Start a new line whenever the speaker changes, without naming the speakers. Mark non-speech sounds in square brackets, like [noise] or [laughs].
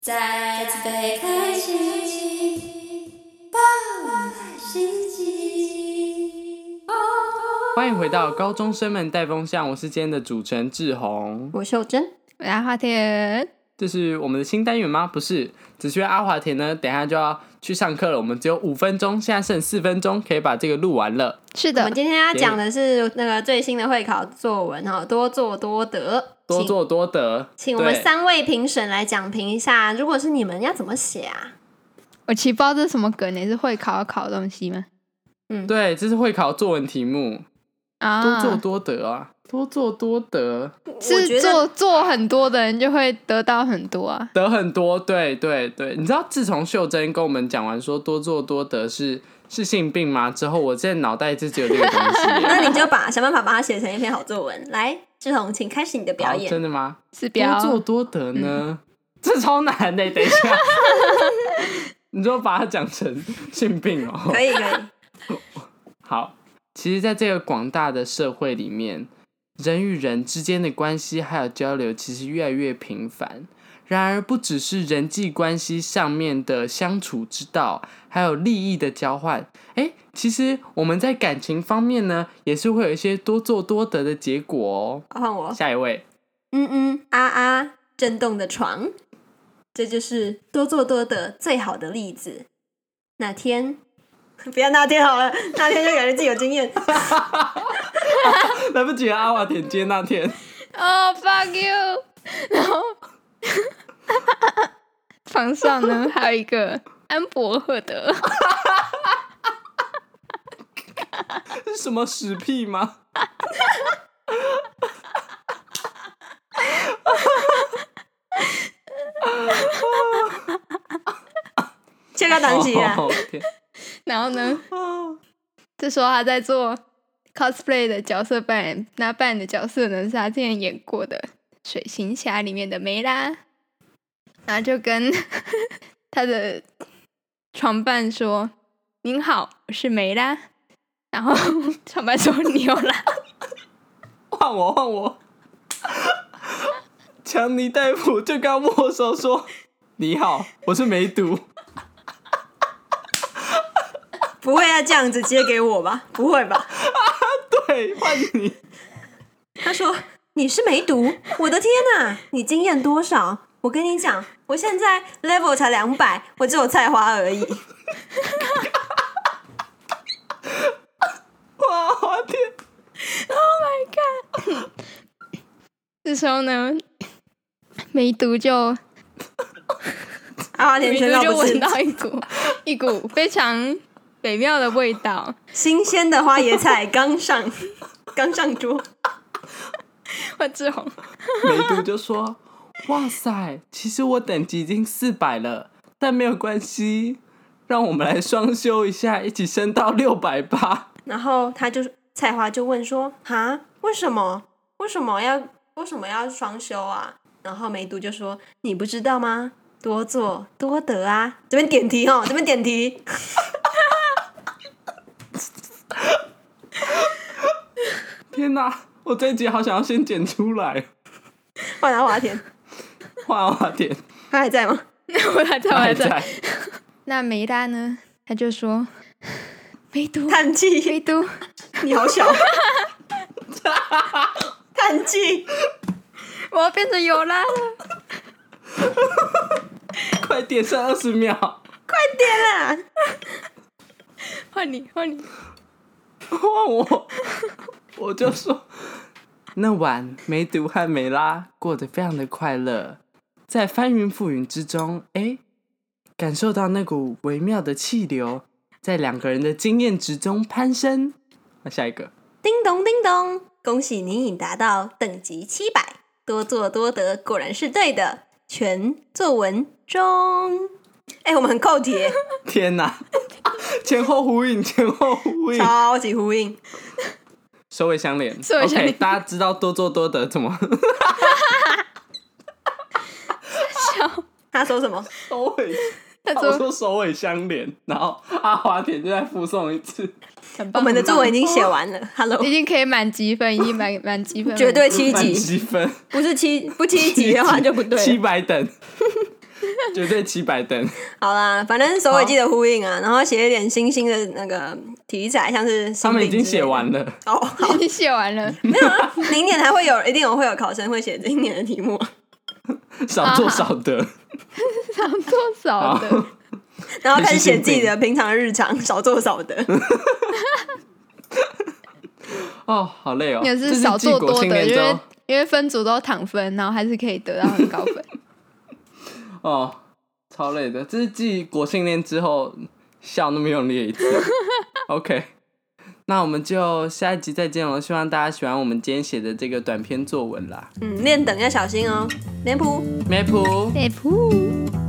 再次被开启，爆满心机。
欢迎回到高中生们带风向，我是今天的主持人志宏。
我秀珍，
我要花田，
这是我们的新单元吗？不是，只需要阿华田呢，等一下就要去上课了。我们只有五分钟，现在剩四分钟，可以把这个录完了。
是
我
的
们，今天要讲的是那个最新的会考作文哈，多做多得。
多
请
做多得，
请我们
对
三位评审来讲评一下，如果是你们要怎么写啊？
我其实不知道这是什么梗，你是会考要考的东西吗？
对，这是会考作文题目，
啊，
多做多得啊，多做多得，
我觉得
是做做很多的人就会得到很多啊。
得很多。对对对，你知道自从秀珍跟我们讲完说多做多得是是性病吗？之后我现在脑袋就只有这个东西
那你就把想办法把它写成一篇好作文。来，志宏，请开始你的 [laughs] 表
好
演
哦真。的吗？
是
多
标
做多得
嗯
呢？这超难的、等一下，
[laughs]
你就把它讲成性病哦、
可以可以，
好，其实，在这个广大的社会里面，人与人之间的关系还有交流，其实越来越频繁。然而，不只是人际关系上面的相处之道，还有利益的交换。诶，其实我们在感情方面呢，也是会有一些多做多得的结果哦。
换我。
下一位，
嗯嗯啊啊，震动的床，这就是多做多得最好的例子。哪天？ [laughs] 不要那天好了，那天就感觉自己有经验。
来不及了，阿瓦点接那天。
哦、fuck you，然 [laughs] 后床上呢还有一个安博赫德，
这是什么屎屁吗？
切个短期啊！
[laughs] 哦天
然后呢，
啊
这时候他在做 cosplay 的角色扮演，那扮演的角色呢是他之前演过的《水行侠》里面的梅拉，然后就跟他的床伴说：“您好，我是梅拉。”然后床伴说：“你有啦。”
换我换我，强尼大夫就刚握手说：“你好，我是梅毒。 [laughs]
不会啊要这样子接给我吧？不会吧？”
对，换你。
他说：“你是梅毒，我的天哪、你经验多少？我跟你讲，我现在 level 才两百，我只有菜花而已。
哇，我天！
这时候呢，梅毒就
啊，你
梅
全
毒
都
就
不
闻
是
到一股一股非常美妙的味道。
新鲜的花椰菜，刚上， [laughs] 刚上桌。
万志宏，
梅毒就说：“哇塞，其实我等级已经四百了，但没有关系，让我们来双修一下，一起升到六百八。
然后他就菜花就问说：哈，为什么？为什么要为什么要双休啊？然后梅毒就说：你不知道吗？多做多得啊！这边点题哦，这边点题。” [laughs]
天哪、我这一集好想要先剪出来。
换阿华田，
换我点，
他还在吗？
那 [laughs] 我来再我来再。
在。
那梅拉呢，他就 [laughs] 说：“梅毒，
叹气。
梅毒，
你好小， [laughs] 叹气，
[laughs] 我要变成尤拉了。
快点，剩二十秒。
快点啦！”
换你，换 [laughs] 你，
换 [laughs] 我，我就说，那晚梅毒和梅拉过得非常的快乐，在翻云覆雨之中，哎，感受到那股微妙的气流，在两个人的经验值中攀升。那下一个，
叮咚叮咚，恭喜您已达到等级七百，多做多得，果然是对的。全作文中，哎、我们很扣题耶，
天哪， [laughs] 前后呼应，前后呼应，
超级呼应。
首尾相连。
首尾相
o k
连
大家知道多做多得怎么 [laughs]
笑。
他说什么？
收尾？
他
我
说
说首尾相连，然后阿华田就再附送一次。：“
很
我
棒，
们的
很棒
作文已经写完了。Hello，
已经可以满积分，已经满满积分，
绝对七
满
级，
积分，
嗯不是七不七级的话就不对
[laughs]
七
了。
百等。绝对七百等。
好啦，反正首尾记得呼应啊，然后写一点新兴的那个题材，像是
他们已经写完
了
了，
啊
哦，好，
你写完了，
没有啊， [laughs] 明年还会有，一定有会有考生会写今年的题目， [laughs]
少做少得。
想做少的，
然后开始写自己的平常日常，少做少得。
哦，好累哦。
也
这
是少
继
做
国
多
庆
的，
那
因为
周
因为分组都躺分，然后还是可以得到很高分。
哦，超累的。这是继国庆练之后笑那么用力的一次。OK，那我们就下一集再见哦了。希望大家喜欢我们今天写的这个短篇作文啦。
嗯，练等要小心哦，脸谱。
梅普。
对，噗。